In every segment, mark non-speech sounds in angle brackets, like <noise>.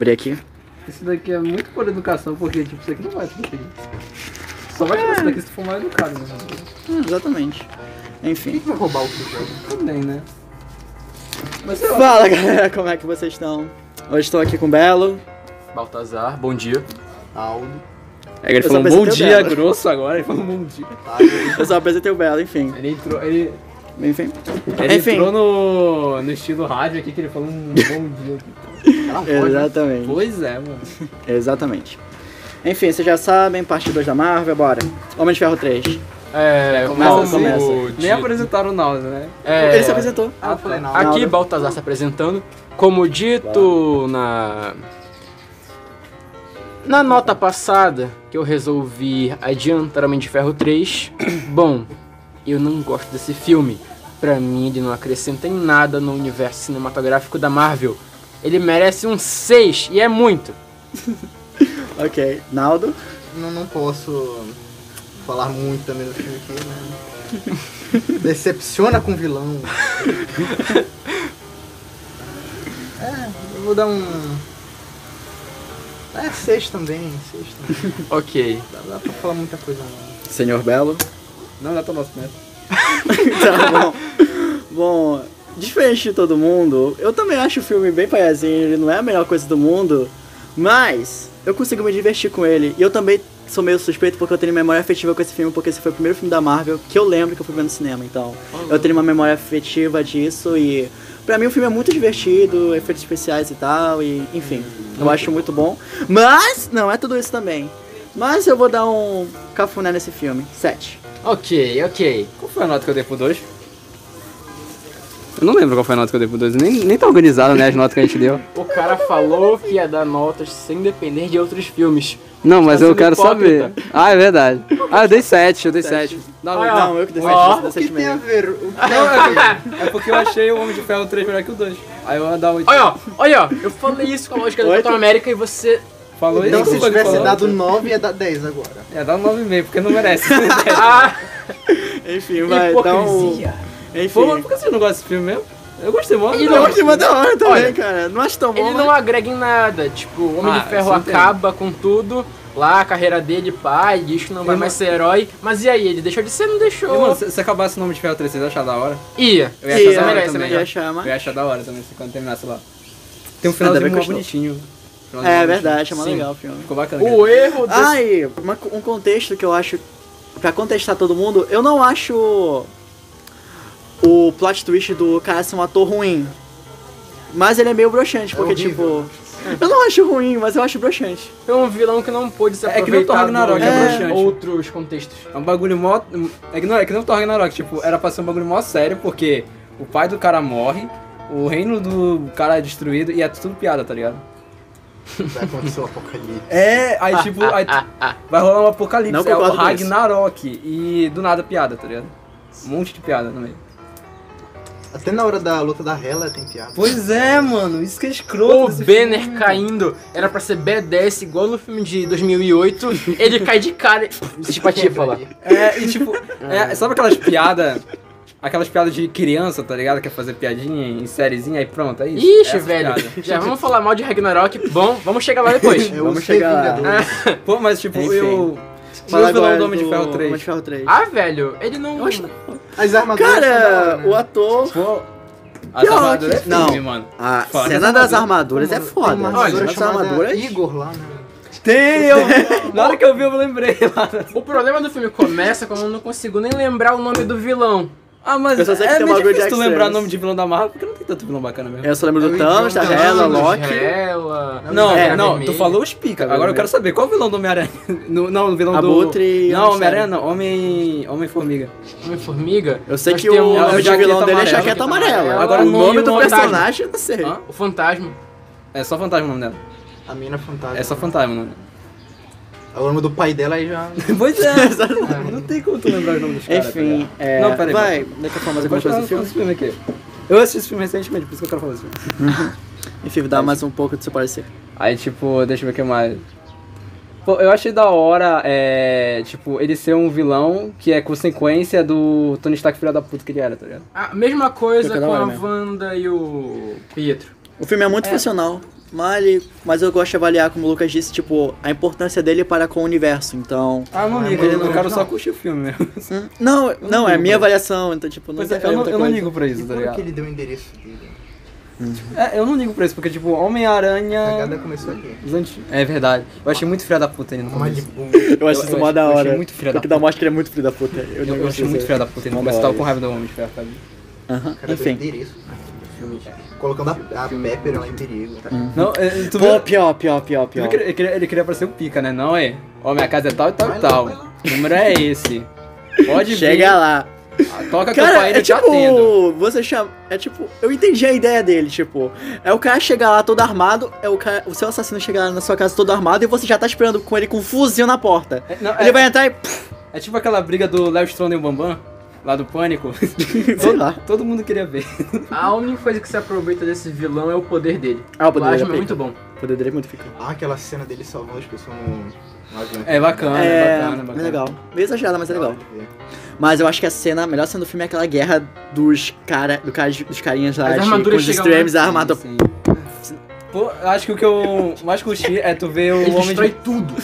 Abri aqui. Isso daqui é muito por educação, porque tipo, isso aqui não vai conseguir. Só vai É. tirar isso daqui se tu for mal educado, né? Hum, exatamente. Enfim. Quem que vai roubar o que jogo? Também, né? Mas sei lá. Fala galera, como é que vocês estão? Hoje estou aqui com o Belo. Baltazar, bom dia. Aldo, É, Ele Eu falou só um bom apresentei o dia Belo. grosso agora. Ele falou, todo mundo de eu só apresentei o Belo, enfim. Ele entrou, ele, Enfim. ele Enfim. entrou no, no estilo rádio aqui que ele falou um bom dia. Aquela voz, né? Exatamente. Pois é, mano. Exatamente. Enfim, vocês já sabem, parte 2 da Marvel, bora. Homem de Ferro 3. É, Começa Paulo, assim, o nem de- apresentaram o Naldo, né? é, Ele se apresentou. Ah, eu falei não. Aqui, Nada. Baltazar se apresentando. Como dito na. Na nota passada, que eu resolvi adiantar Homem de Ferro 3. <coughs> Bom, eu não gosto desse filme. Pra mim, ele não acrescenta em nada no universo cinematográfico da Marvel. Ele merece um 6, e é muito. Ok. Naldo. não, não posso falar muito também do filme aqui, né? Decepciona com vilão. É, eu vou dar um. É, seis também, seis também. Ok. Dá, dá pra falar muita coisa não. Senhor Belo. Não, já tá nosso mestre. tá bom. Bom, diferente de todo mundo, eu também acho o filme bem paiazinho, ele não é a melhor coisa do mundo, mas eu consigo me divertir com ele. E eu também sou meio suspeito porque eu tenho memória afetiva com esse filme, porque esse foi o primeiro filme da Marvel que eu lembro que eu fui ver no cinema, então eu tenho uma memória afetiva disso e pra mim o filme é muito divertido, efeitos especiais e tal, e enfim, Uhum. eu acho muito bom. Mas não é tudo isso também. Mas eu vou dar um cafuné nesse filme. 7. Ok, ok. Qual foi a nota que eu dei pro 2? Eu não lembro qual foi a nota que eu dei pro 2. Nem, nem tá organizado, né, as notas que a gente deu. O cara falou que ia dar notas sem depender de outros filmes. Não, mas Tá eu sendo quero hipócrita. saber. Ah, é verdade. Ah, eu dei 7, eu dei um 7. Não, Ah, não, eu que dei ó. 7, você deu O que 7 tem a mesmo. ver? O <laughs> que é, porque eu achei o Homem de Ferro 3 melhor que o 2. Aí eu um- ia dar 8. Olha, ó, olha, ó, eu falei isso com a lógica do Oito? Capitão América e você. Falou então, isso, se foi que tivesse falou. dado 9, ia dar 10 agora. É, dá um 9,5, porque <laughs> não merece. Ah, é Enfim, vai, dá um. Enfim. Pô, mano, por que você não gosta desse filme mesmo? Eu gostei muito. Ele Eu não- acho que manda hora também, Olha, cara. Não acho tão bom. né? ele não agrega em nada. Tipo, o Homem Ah, de Ferro isso eu entendo. acaba com tudo. Lá a carreira dele, pá, ele diz que não vai Ele mais ser herói. Mas e aí, ele deixou de ser? Não deixou. E, mano, se, se acabasse o nome de Ferro 3, vocês achar da hora? Ia. Eu ia Você achar da hora merece, também. né? você ia merece. achar, Eu mas... ia achar da hora também, se quando terminasse lá. Tem um Ainda bem finalzinho que mó eu bonitinho. Ah, Finalzinho É bonitinho. verdade, é mó Sim. legal o filme. Ficou bacana. O erro desse... Ai, uma- um contexto que eu acho. Pra contestar todo mundo, eu não acho o plot twist do cara ser um ator ruim. Mas ele é meio broxante, porque horrível. tipo. Eu não acho ruim, mas eu acho broxante. É um vilão que não pôde se É que nem o Thor aproveitar Ragnarok, do- é de broxante. outros contextos. É um bagulho mó. É que não é que não Thor Ragnarok, tipo, era pra ser um bagulho mó sério, porque o pai do cara morre, o reino do cara é destruído e é tudo piada, tá ligado? Vai acontecer o apocalipse. É, aí tipo, aí <laughs> tu- vai rolar um apocalipse, Não é o concordo com isso. Ragnarok e do nada piada, tá ligado? Um monte de piada no meio. Até na hora da luta da Hela tem piada. Pois é, mano, isso que é escroto. O Banner caindo era pra ser B10, igual no filme de 2008. ele cai de cara e. tipo, Espatífala. É, e tipo, é, sabe aquelas piadas? Aquelas piadas de criança, tá ligado? Quer fazer piadinha em sériezinha, aí pronto, é isso. Ixi, Essas velho. piadas. Já vamos falar mal de Ragnarok. Bom, vamos chegar lá depois. É Vamos os chegar lá. Revingadores. Pô, mas tipo, Enfim. eu. Fala o vilão agora do Homem de Ferro 3. Homem de Ferro 3. <laughs> Ah, velho, ele não. As armaduras. são da hora, Cara, né? o ator. Pô, as Pior armaduras que- é filme, não. mano. A Foda. cena das armaduras é Tem foda. uma A cena armadura das chamada armaduras. é Igor lá, né? Tem, eu... Tipo, <laughs> Na hora que eu vi, eu lembrei lá. O problema do filme começa quando eu não consigo nem lembrar o nome do vilão. Ah, mas Eu só sei que é tem um meio bagulho de difícil tu X-Series. lembrar o nome de vilão da Marvel, porque não tem tanto vilão bacana mesmo. Eu só lembro É do o Thanos, da John Hela, Thanos, É. Loki. Ela. Não, É, não, vermelha. tu falou os pica. Agora eu vermelho. quero saber, qual vilão do Homem-Aranha? <laughs> No- Não, o vilão do... Abutre, Não, Homem-Aranha. Homem-Aranha não, Homem... Homem-Formiga. Homem-formiga. Eu sei Nós que o temos- nome de um Jaqueta vilão dele é Amarela. Jaqueta Amarela. Agora, Agora o o nome nome do e o fantasma. personagem eu não sei. Hã? O fantasma. É só fantasma o nome dela. A mina fantasma. É só fantasma o nome dela. O nome do pai dela aí já. <laughs> Tá Pois <laughs> é, não tem como tu lembrar o nome dos caras. tá Enfim, ligado? é. Não, peraí, Vai, deixa eu falar mais Mas alguma eu gosto coisa do desse filme. filme aqui. Eu assisti esse filme recentemente, por isso que eu quero falar desse filme. Enfim, dá mais um pouco do seu parecer. Aí, tipo, deixa eu ver o que mais. Pô, eu achei da hora, é, tipo, ele ser um vilão que é consequência do Tony Stark filho da puta que ele era, tá ligado? A mesma coisa Fica da com hora a mesmo. Wanda e o Pietro. O filme é muito funcional. Mas, ele- mas eu gosto de avaliar, como o Lucas disse, tipo, a importância dele para com o universo, então... Ah, não ligo, mas eu eu, não- é quero só não. curtir o filme mesmo. Hum, Não, não, é a minha avaliação, então, tipo, não Pois é, interfere eu não, muita eu não coisa. ligo pra E isso, tá quando é que ligado? ele deu o endereço dele? É, eu não ligo pra isso, porque, tipo, Homem-Aranha... A cagada começou aqui. é Os anti- É verdade. Eu achei muito filha da puta ele no começo. Eu acho isso eu mó achei- da eu achei hora. muito filha da Porque da mostra ele é muito filho da puta. Eu, não Eu, eu achei muito filha da puta ele no Mó começo. da Eu tava hora com raiva do Homem de Ferro, sabe? isso. Aham, Cara, deu Enfim. endereço. Colocando a, a Pepper lá em perigo. Tá? Hum. Não, é, tu Pô, viu, pior, pior, pior, tu pior. viu que ele, ele queria, ele queria parecer o Pica, né? Não, é? Ó, minha casa é tal e tal e tal. O número é esse. Pode Chega lá. vir. Toca que o Cara, pai é ele tá tipo. tendo. Você chama. É tipo. Eu entendi a ideia dele, tipo. É o cara chegar lá todo armado, é o, cara, o seu assassino chegar lá na sua casa todo armado e você já tá esperando com ele com um fuzil na porta. É, não, Ele é, vai entrar e. <laughs> pff, é tipo aquela briga do Léo Stronda e o Bambam, lá do Pânico. <laughs> Sei lá. Todo mundo queria ver. A única coisa que se aproveita desse vilão é o poder dele. Ah, o poder dele Plasma é é muito bom. Poder dele é muito ficar. Ah, aquela cena dele salvando as pessoas no, no avião. É bacana, é, É, bacana, bacana. é legal. Meio exagerada, mas é legal. de ver. Mas eu acho que a cena, a melhor cena do filme é aquela guerra dos cara, do cara, dos carinhas lá, As de- com armaduras os chegam streams, lá. a armadura. Sim, sim. Pô, acho que o que eu mais curti é tu ver o Ele Homem destrói de... tudo.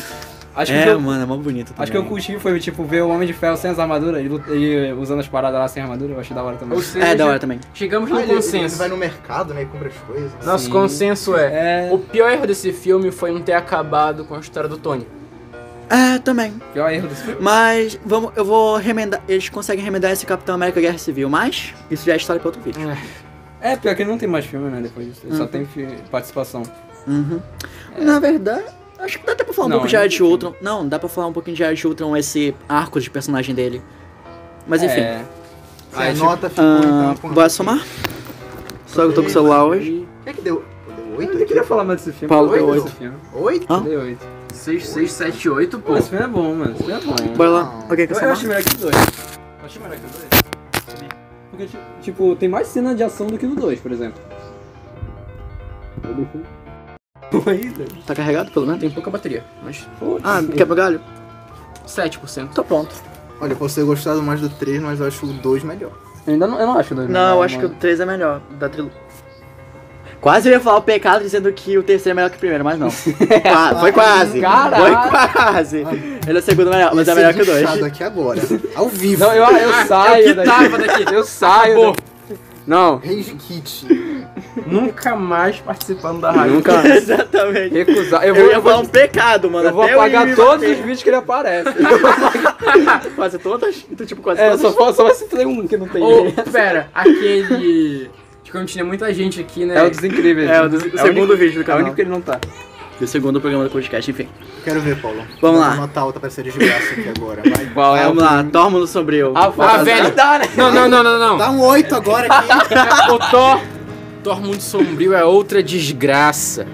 Acho que o que É, eu- mano, é mó bonito. Acho que eu curti foi, tipo, ver o Homem de Ferro sem as armaduras, ele, lut- ele usando as paradas lá sem armadura, eu achei da hora também. Ou seja, É, da hora também. chegamos Ah, no ele, ele, consenso. vai no mercado, né? E compra as coisas. né? Nosso Sim. consenso É, é, O pior erro desse filme foi não ter acabado com a história do Tony. É, também. o pior erro desse filme. Mas vamos, eu vou remendar. Eles conseguem remendar esse Capitão América Guerra Civil, mas isso já é história pra outro vídeo. É, pior que ele não tem mais filme, né, depois disso, ele Hum. só tem fi- participação. Uhum. Na verdade, acho que dá até pra falar um Não, pouco de Jared enfim. Ultron. Não, dá pra falar um pouquinho de Jared Ultron, esse arco de personagem dele. Mas enfim. É, Sim, a Aí, nota ficou Ah, então. com- bora somar? Só que eu tô com o celular hoje. Como é que deu? Deu eu 8 nem aqui? queria falar mais desse filme. Paulo eu deu dei oito. esse filme. 8? Eu dei oito. 6, 6, 7, 8, pô. Pô, esse filme é bom, mano, esse filme é bom. Bora lá. Ok, quer Eu, eu somar? acho melhor que o dois. Eu acho melhor que o dois. Porque, ti- tipo, tem mais cena de ação do que no dois, por exemplo. Eu deixei... Ainda? Tá carregado pelo menos? Tem pouca bateria, mas Putz. Ah, quer pro galho? 7%. Tô pronto. Olha, eu posso ter gostado mais do 3, mas eu acho o 2 melhor. Eu ainda não, eu não acho o dois Não, eu melhor, né, acho que mano. o 3 é melhor, da trilo... Quase eu ia falar o pecado dizendo que o terceiro é melhor que o primeiro, mas não. <laughs> Qua- foi quase. Caralho. Foi quase. Ele é o segundo melhor, mas é melhor que o 2. Deixado aqui agora, ao vivo. Não, eu, Ah, eu saio eu quitava daqui. Eu saio. Acabou. daqui. Não, Rage Kit. Nunca mais participando da rádio. nunca <laughs> Exatamente. recusar. Eu Eu, vou, ia falar um pecado, mano. eu vou até apagar ia me todos os bater. vídeos que ele aparece. <laughs> Quase todas? Então, tipo, quase é, todas. só, fal- só vai se ter um que não tem. Ou, pera, aquele... De quando tinha muita gente aqui, né? É o dos incríveis. É, o do- o segundo único- vídeo do É canal. o único que ele não tá. E o segundo programa do podcast, enfim. Quero ver, Paulo. Vamos Dá lá. Uma nota alta pra série de graça aqui agora. Vai. Qual Vamos lá, Tormo no Sombrio. Ah, Ah, velho. Dá, né? Não, não, não, não, não. Dá um 8 agora aqui. <laughs> O Thor... Thor Mundo Sombrio é outra desgraça.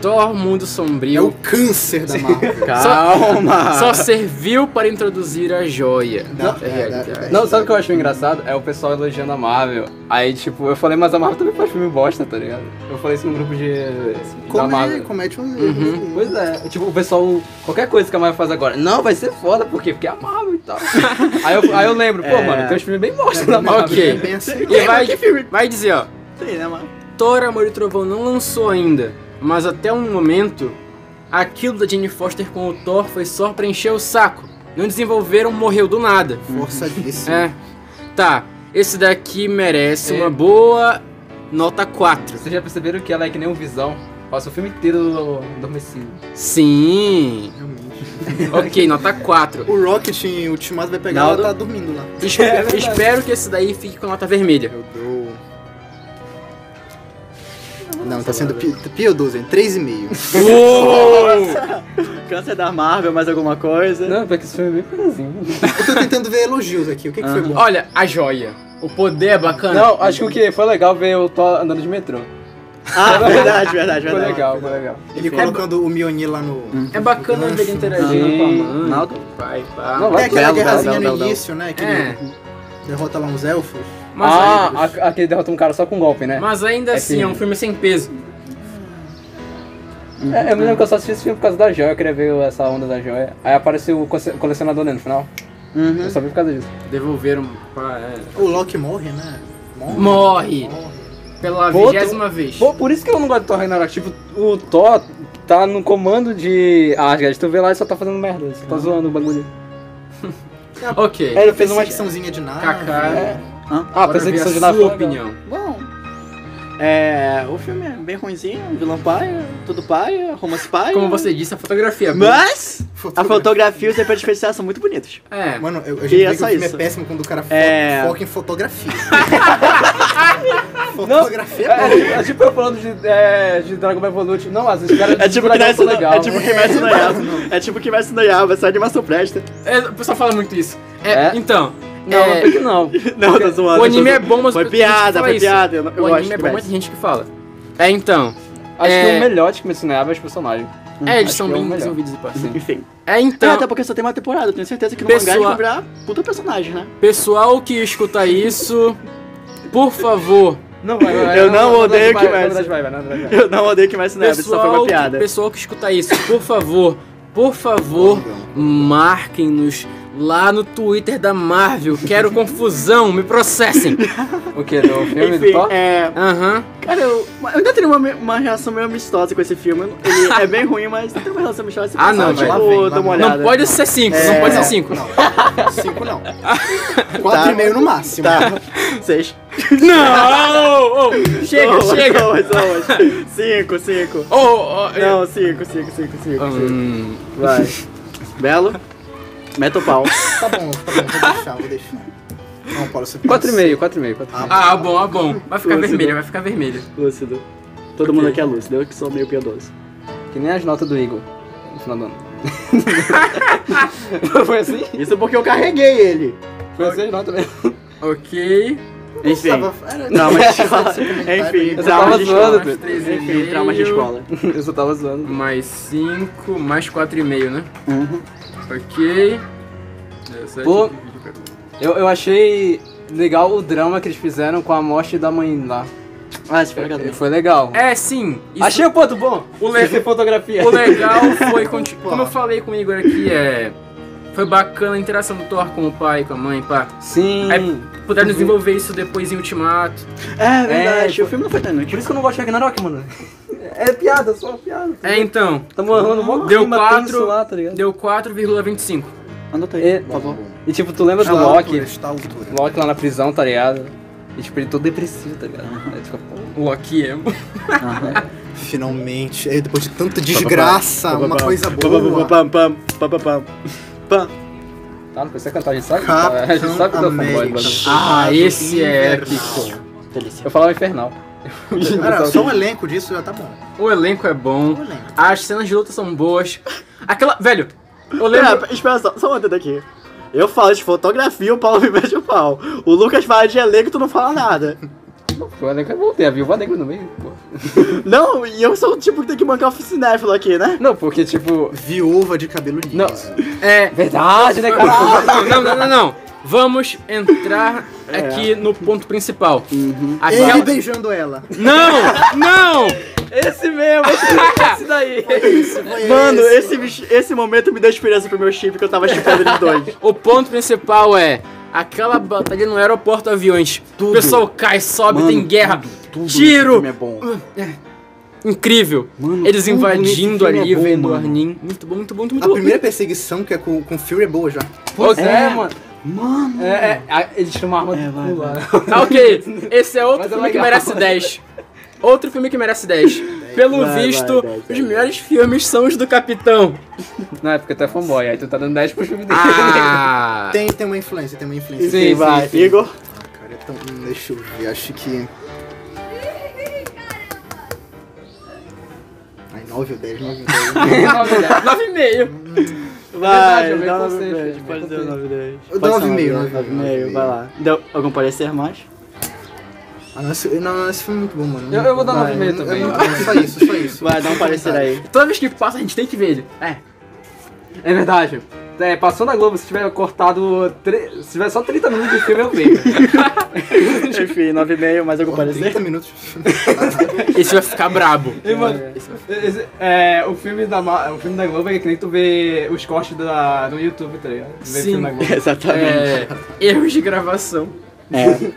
Thor Mundo É o Sombrio câncer da Marvel. Calma. só serviu para introduzir a joia. Não, É, é, é, é, é. Não, sabe o que eu acho engraçado? É o pessoal elogiando a Marvel. Aí, tipo, eu falei, mas a Marvel também faz filme bosta, tá ligado? Eu falei isso num grupo de. da Come, Marvel. comete um Uhum. erro. Pois é, tipo, o pessoal, qualquer coisa que a Marvel faz agora, não, vai ser foda, por quê? Porque é a Marvel e tal. aí, eu, aí eu lembro, pô, É. mano, tem uns filmes bem bosta da Marvel. Ok. É bem assim. E vai, vai dizer, ó. <laughs> Sim, né, mano? Thor Amor e Trovão não lançou ainda, mas até um momento, aquilo da Jane Foster com o Thor foi só pra encher o saco. Não desenvolveram, morreu do nada. Forçadíssimo. É. Tá, esse daqui merece É. uma boa nota 4. Vocês já perceberam que ela é que nem um visão? Passa o filme inteiro adormecido. <laughs> Sim. Realmente. Ok, nota 4. O Rocket em Ultimato vai pegar, Naldo? ela tá dormindo lá. É Espe- espero que esse daí fique com nota vermelha. Eu dou. Não, tá sendo pi- piedoso, hein? 3,5. Uou! Câncer da Marvel, mais alguma coisa? Não, porque esse filme é bem pedazinho. Eu tô tentando ver elogios aqui. O que, que foi bom? Olha, a joia. O poder é bacana. Não, acho que o que foi legal ver o Thor andando de metrô. Ah, verdade, verdade, Foi verdade. legal, foi legal. É Ele colocando o Mionir lá no. Uhum. É bacana ver ele interagindo Sim. com a mãe. Naldo? Vai, vai. Não, É vai. aquela Belo, guerrazinha belo, belo, no belo. início, né? Que É. ele derrota lá uns elfos. Mas ah, ainda- assim, a- aquele derrota um cara só com um golpe, né? Mas ainda É assim, filme. é um filme sem peso. É, eu me lembro que eu só assisti esse filme por causa da joia, eu queria ver essa onda da joia. Aí apareceu o cole- colecionador dele no final. Uhum. Eu só vi por causa disso. Devolveram pra. é. O Loki morre, né? Morre. Morre! Pela Pô, vigésima vez. Pô, por isso que eu não gosto de Thor Ragnarok. Tipo, o Thor tá no comando de Asgard. Tu vê lá e só tá fazendo merda. Só tá zoando o bagulho. Ok. É, ele fez uma... ediçãozinha de nada. Kaká. É. Hã? Ah, pensei que seja seja na na sua opinião. Bom. É. O filme é bem ruimzinho, vilão paia, tudo paia, romance paia. Como você disse, a fotografia. é boa. Né? Mas a fotografia e os efeitos especiais são muito bonitos. É. Mano, eu, eu E já é vi que só o filme isso. é péssimo quando o cara fo É. foca <laughs> em fotografia. fotografia é bom. É, é tipo eu falando de, é, de Dragon Ball Evolution. Não, às vezes os caras É tipo Dragon Kimetsu são no, legal. é tipo Kimetsu no <laughs> Yaiba. É tipo Kimetsu no Yaiba, essa animação presta. <laughs> É, o pessoal fala muito isso. É, É? Então. Não, é, não tem que não. Não, tô zoando. o anime tô é zoando. bom, mas Foi tem gente que piada, fala foi isso. piada. Eu, não- eu o gosto anime é de bom, mas Kimetsu. tem gente que fala. É, então. Acho que É. o melhor de Kimetsu no Yaiba é os personagens. É, eles Acho são que é o bem melhor. desenvolvidos e pá. assim. Enfim. É, É, então. até porque só tem uma temporada. eu Tenho certeza que no Pessoa- mangá eles vão virar puta personagem, né? Pessoal que escuta isso, por favor. Não, vai, vai, vai, é Eu não vai, odeio vai, vai, Kimetsu. vai, vai, vai, vai, vai, vai. Eu não odeio Kimetsu no Yaiba, isso só foi uma Pessoal, que, piada. pessoal que escuta isso, por favor, por favor, marquem-nos lá no Twitter da Marvel. Quero confusão, me processem. O que? Do filme do Enfim, Thor? é. Aham. Cara, eu, eu ainda tenho uma, uma reação meio amistosa com esse filme. Ele é bem ruim, mas eu tenho uma reação amistosa. Se Ah, passar, não, eu, tipo, lá vem, lá dou uma vem. olhada. Não pode ser 5, É, não pode ser não. 5. Não, cinco não. Quatro e meio no máximo. <laughs> Tá, seis. Não! Chega, Dois, chega! dois, dois. Cinco, cinco. Oh, oh, eu- Não, cinco, cinco, cinco, cinco. cinco. Hum, Vai. Belo. Meta o pau. Tá bom, tá bom, vou deixar, vou deixar. Não, Paulo, você 4,5, 4,5, 4,5. Ah, bom, ah, bom. Vai ficar Lúcido. vermelho, vai ficar vermelho. Lúcido. Todo mundo aqui é lúcido, eu que sou meio piedoso. Ah, Que nem as notas do Igor no final <laughs> do ano. Foi assim? Isso porque eu carreguei ele. Foi assim as notas mesmo. Ok. Enfim. Era- Não, <laughs> <laughs> mas comentário. enfim, Eu tava traumas de zoando, escola. Pedro. Enfim, traumas de escola. Eu só tava zoando. Mais 5, mais 4,5, né? Uhum. Ok. Essa Pô. aqui- Eu, eu achei legal o drama que eles fizeram com a morte da mãe lá. Ah, esse foi legal. Foi legal. É, sim. isso- Achei o ponto bom. O le- Sem fotografia. <laughs> O legal foi, conti- Pô. como eu falei com o Igor aqui, é... Foi bacana a interação do Thor com o pai, com a mãe, pá. Sim. É- Puderam desenvolver isso depois em Ultimato. É verdade, É, o filme não foi tão Por inútil. isso que eu não gosto de Ragnarok, mano. É piada, só piada. É, então, Tamo arrumando um monte Deu clima quatro. tenso lá, tá ligado? deu 4,25. Anota aí, E, por favor. e, tipo, tu lembra Está do à Loki? altura, Tá está à altura. Loki lá na prisão, tá ligado? E tipo, ele todo depressivo, tá ligado? Aí tu fica, pô, Loki é... Finalmente, aí depois de tanta Ah, Tá, desgraça, uma coisa boa. Pam, pam, pam, pam, pam. Pam. tá, não precisa cantar, a gente sabe. Capitão a gente sabe que tá fanboy, América. mano. Ah, esse é Invernal. Delícia. Eu falava infernal. Cara, só um elenco disso já tá bom. O elenco é bom. Um elenco. As cenas de luta são boas. Aquela... Velho, eu lembro... Pera, espera só, só uma dentro aqui. Eu falo de fotografia, o Paulo me mete o pau. O Lucas fala de elenco, tu não fala nada. O elenco é bom, tem a viúva negra no meio, pô. Não, e eu sou o tipo que tem que mancar o cinéfilo aqui, né? Não, porque tipo. Viúva de cabelo liso. Não. É... Verdade, né, cara? Não, não, não, não. Vamos entrar aqui no ponto principal. Ele Aquela... beijando ela. Não! Não! Esse mesmo, esse, esse daí. Mano, esse, bicho- esse momento me deu esperança pro meu chip que eu tava chipando eles <laughs> dois. O ponto principal é aquela batalha no aeroporto aviões. O pessoal cai, sobe, tem guerra, tiro. é bom. Incrível. Mano, Eles tudo invadindo nesse filme ali, é bom, vendo o mano. Arnim. Muito bom, muito bom, muito A bom. primeira perseguição que é com, com Fury é boa já. Pois é, É. mano. Mano. É, é, a- eles tiram uma arma É, vai, do vai. lado. Ah, ok. Esse é outro Mas é filme que legal. merece 10. Outro filme que merece 10. Pelo Vai, vai, visto, vai, vai. os melhores filmes são os do Capitão. Não, é porque tu é fanboy, aí tu tá dando 10 pro filme dele. <laughs> Ah! Tem, tem uma influência, tem uma influência. Sim, sim, vai. sim. Igor, Cara, então, hum, deixa eu ver, acho que... Ai, 9 ou 10, 9 ou 10. 9,5. é vai. eu venho dá com nove você, dez, Felipe, pode com dar você. 9 10. Eu dou 9,5, né? 9,5. vai lá. Deu algum parecer mais? Ah, não, esse, não, esse filme é muito bom, mano. Eu, eu vou dar Vai, 9,5 Eu- também. eu- Só isso, só isso. Vai, dá um parecer aí. Toda vez que passa, a gente tem que ver ele. É. É verdade. É, passou na Globo, se tiver cortado. tre- Se tiver só 30 minutos de filme, eu vejo. <laughs> Enfim, 9,5, mais algum Porra, <laughs> parecer? 30 minutos. Esse vai ficar brabo. E, mano, esse- é, o, filme da, Ma- o filme da Globo é que nem tu vê os cortes da, no YouTube, tá ligado? Tu vê Sim. filme da Globo. Exatamente. É, erros de gravação. É.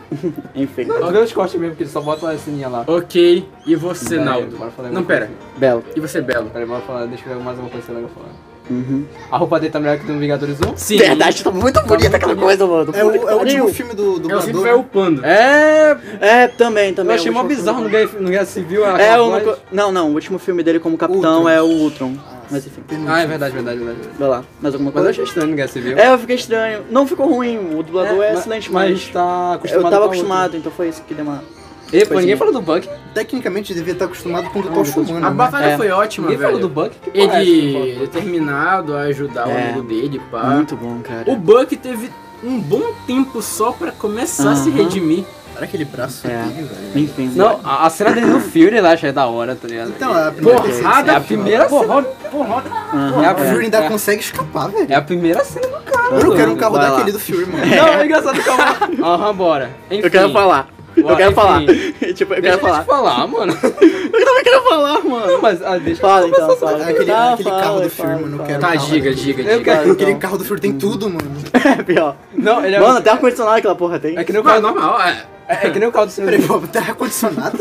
<laughs> Enfim. O grande corte mesmo, porque ele só bota uma sininha lá. Ok, e você, Naldo? Bora falar Não, alguma pera. coisa. Belo. E você, é Belo? Pera aí, bora falar, deixa eu ver mais uma coisa que é legal falar. Uhum. A roupa dele tá melhor que do Vingadores 1? Sim. Verdade, tá muito bonita aquela coisa, mano. É Puta que o, é pariu. o último filme do, do É o Maduro, filme vai né? upando. É, É, também, também. eu achei o mó último bizarro no filme. Guerra, no Guerra Civil. É, aquela o único- voz. Não, não, o último filme dele como capitão Ultron. é o Ultron. Mas enfim, um Ah, é verdade, verdade, verdade. verdade. vai lá. Mais alguma Mas coisa? eu achei estranho no Guerra Civil. É, eu fiquei estranho. Não ficou ruim, o dublador é, ma- excelente, mas mas... tá acostumado eu tava com a outra. acostumado, então foi isso que deu uma... E, pô, Pois ninguém é. falou do Buck. Tecnicamente devia estar acostumado com o Não, Dr. depois- Shumano, A né? batalha É. foi ótima, Ninguém falou do velho. Buck. Que porra é essa que Ele fala? determinado a ajudar o É. amigo dele, pá. Hum. Muito bom, cara. O Buck teve um bom tempo só pra começar a se Aham. redimir. Olha aquele braço É. dele, velho. Enfim. Não, a, a cena dele no Fury lá já é da hora, tá ligado? Então, é a primeira Porrada, é a cena. primeira cena. Aham. É a O Fury primeira, ainda é, consegue escapar, velho. é a primeira cena do cara. Eu não quero um mano. carro Vai lá. daquele do Fury, <laughs> mano. Não, é engraçado, calma. <laughs> Aham, bora. Enfim, Eu quero falar. Ó, Eu quero enfim. falar. <laughs> Tipo, eu quero Deixa eu falar. falar. <laughs> falar, mano. Eu também quero falar, mano. Não, mas ah, deixa Fala eu começar então, só. fala. Aquele, Tá, aquele fala, carro do fala, Fury, mano. Eu fala. quero Tá, um carro diga, daquele. diga, Eu diga. quero- Aquele Então. carro do Fury tem tudo, mano. <laughs> É pior. Não, ele é... Mano, <laughs> até ar-condicionado aquela porra tem. é que nem o Mas é carro... normal, é. É, é que nem o carro do cinema. Peraí, pô, tá ar-condicionado?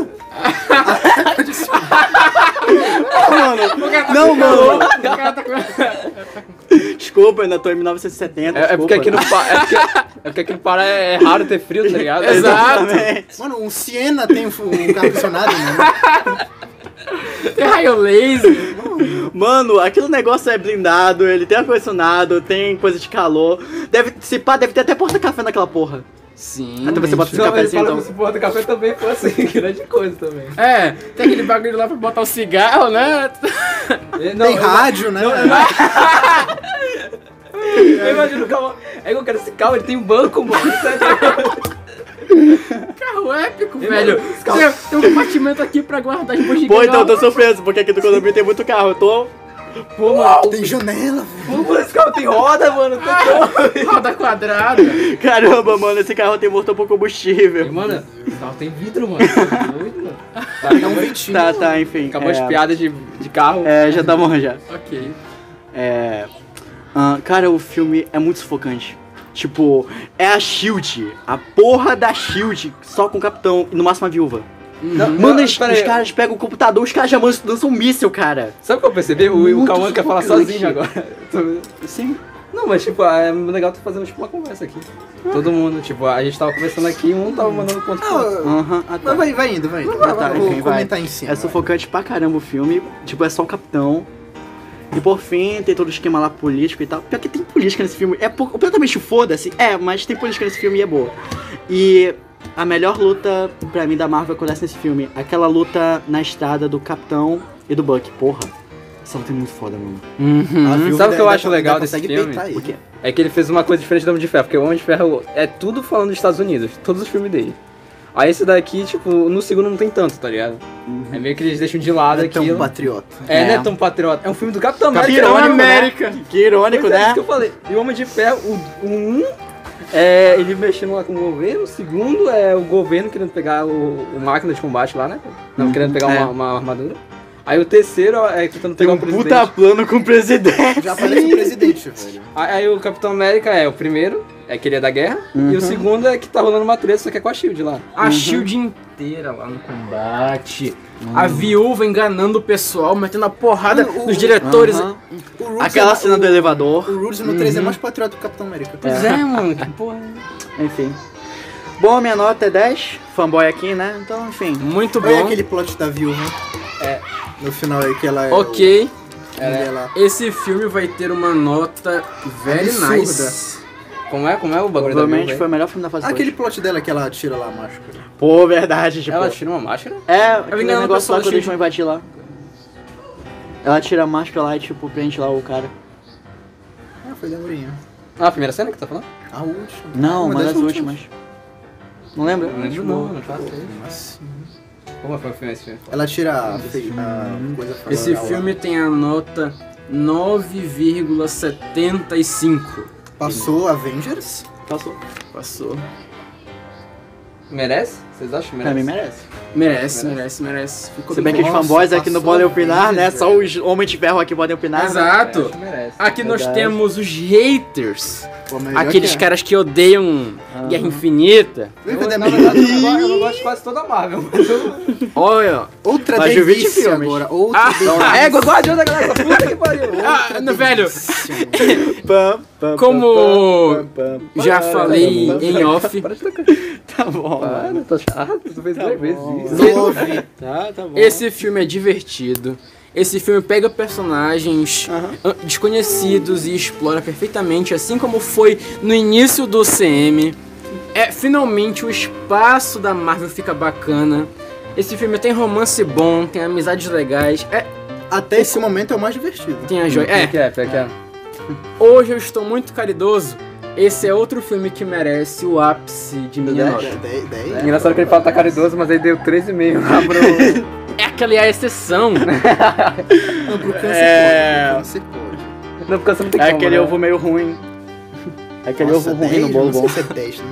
mano. tá Não, mano. Desculpa, ainda tô em 1970. É, é desculpa. <laughs> porque aqui no Pará... É porque, é porque aqui no Pará é raro ter frio, <laughs> tá ligado? Exato. Exatamente. Mano, um Siena tem um, fu- um carro condicionado, mano. Tem raio laser. Mano, aquele negócio é blindado, ele tem ar-condicionado, tem coisa de calor. Deve, se pá, deve ter até porta-café naquela porra. Sim. Até você bota esse Não, assim, mas cafezinho, fala então. que porra do café também foi assim, <laughs> grande coisa também. É, tem aquele bagulho lá pra botar o cigarro, né? E, Não, Tem eu- rádio, né? Eu imagino o carro. É que eu quero esse carro, ele tem um banco, mano. tipo, <laughs> Carro épico, velho. Tem- Tem um compartimento aqui pra guardar as boas Pô, então eu tô surpreso, porque aqui no condomínio tem muito carro. Eu tô. <laughs> Pô, mano. Tem janela, velho. Pô, mano, um esse carro tem roda, mano. tá bom. Roda quadrada. Caramba, mano, esse carro tem motor por E, combustível. mano, esse carro tem vidro, mano. Tá doido, mano. Tá, É um acabou- ventinho. Tá, tá, enfim. Acabou é, as piadas de, de carro. É, já tá bom já. ok. É. ah, cara, o filme é muito sufocante. Tipo, é a Shield, a porra da Shield, só com o capitão e no máximo a viúva. Não, Mano, não, os, pera os aí. caras pegam o computador, os caras já man- lançam um míssil, cara. Sabe o que eu percebi? O, o Muito Cauã quer falar sufocante. sozinho agora. <laughs> Tô- Sim. Não, mas tipo, é legal tu fazendo tipo uma conversa aqui. Todo mundo, tipo, a gente tava conversando aqui, um tava mandando ponto. pro outro. Não, Aham, ah, tá. mas vai, vai indo, vai indo. Ah, tá, Eu vou enfim, vai. comentar em cima. É sufocante pra caramba o filme. Tipo, é só o capitão. E por fim, tem todo o esquema lá político e tal. Pior que tem política nesse filme. É po- completamente foda-se. É, mas tem política nesse filme e é boa. E a melhor luta pra mim da Marvel acontece nesse filme. Aquela luta na estrada do capitão e do Buck. Porra. Essa luta é muito foda, mano. Uhum. A viúva tá- Sabe o que eu ainda- acho ainda legal desse consegue filme? peitar ele. O quê? É que ele fez uma coisa diferente do Homem de Ferro, porque o Homem de Ferro é tudo falando dos Estados Unidos, todos os filmes dele. Aí esse daqui, tipo, no segundo não tem tanto, tá ligado? Uhum. É meio que eles deixam de lado É tão aquilo. patriota. É, não é É. tão patriota. É um filme do Capitão América. Capitão irônico, né? América. Que irônico, Pois é, isso né? que eu falei. E o Homem de Ferro, o, o um, é ele mexendo lá com o governo. O segundo é o governo querendo pegar o, o máquina de combate lá, né? Não, querendo pegar é. uma, uma armadura. Aí o terceiro é tentando Tem pegar um o presidente. puta plano com o presidente. Já parece o presidente, velho. Aí, aí o Capitão América é o primeiro, é que ele é da guerra, e Uhum. o segundo é que tá rolando uma treta, só que é com a Shield lá. A shield inteira lá no combate. A Uhum. viúva enganando o pessoal, metendo a porrada Mano, o- nos diretores. Aham. O Rhodes Aquela é- cena do O elevador. Rudes no 3 é mais patriota do Capitão América. tá Pois é, mano, que porra. Enfim. Bom, minha nota é 10. Fanboy aqui, né? Então, enfim. Muito Olha Tá bom. aquele plot da viúva. É. No final aí que ela é. Ok. o- ela- Esse filme vai ter uma nota very Absurda. nice. Como é, como é o bagulho da Provavelmente Marvel, foi o melhor filme da fase Aquele dois. plot dela que ela tira lá a máscara. Pô, verdade, velho? tipo. Ela tira uma máscara? É, aquele enganando o negócio pessoal lá quando do eles vão invadir lá. Ela tira a máscara lá e, tipo, prende lá o cara. Ah, foi da Mourinho. Ah, a primeira cena que tá falando? A última. Não, uma, das, últimas. Não lembra? não faço isso. Como assim? Como foi o filme esse filme? Ela tira a, fe- a coisa fora Esse dela Tá lá. filme tem a nota 9,75. Passou Avengers? Passou. Passou. Merece? Vocês acham que Pra mim merece? merece. Merece, merece, merece. Ficou Se bem que os Nossa, fanboys aqui não passou podem opinar, né? vezes, Só velho. os homens de ferro aqui podem opinar. né? Exato. merece. Aqui nós Verdade. temos os haters. Pô, melhor Aqueles que é. caras que odeiam Aham. Guerra Infinita. Brincadeira, na verdade, eu, não gosto- eu não gosto de quase toda a <laughs> Marvel. mas eu- Olha, Outra Mas eu vi de delícia filmes. agora. Outra Ah. delícia. É, igual Guardião da Galáxia, puta que pariu. <laughs> ah, no- velho, Pam, pam, Como pam, pam, pam, pam, já pam, falei pam, pam. em off, Para de tocar. Tá bom, mano. Para, tá chato. Tu fez duas vezes bom. isso. Nove. Tá, tá bom. esse filme é divertido. Esse filme pega personagens Aham. ah, desconhecidos e explora perfeitamente, assim como foi no início do CM. É, finalmente o espaço da Marvel fica bacana. Esse filme tem romance bom, tem amizades legais, é, Até esse momento é o mais divertido. tem a joia. Pior É, que é, pior que é. hoje eu estou muito caridoso. Esse é outro filme que merece o ápice de minha nota. Dez- dez? Engraçado que ele fala tá caridoso, mas ele deu 3,5 lá pro... É aquela é a exceção. Não, pro câncer É. pode. pro câncer pode. <laughs> Não, porque você não tem É como, aquele né? ovo meio ruim. É aquele Nossa, ovo ruim no dez? bolo bom. Não sei se é dez, né?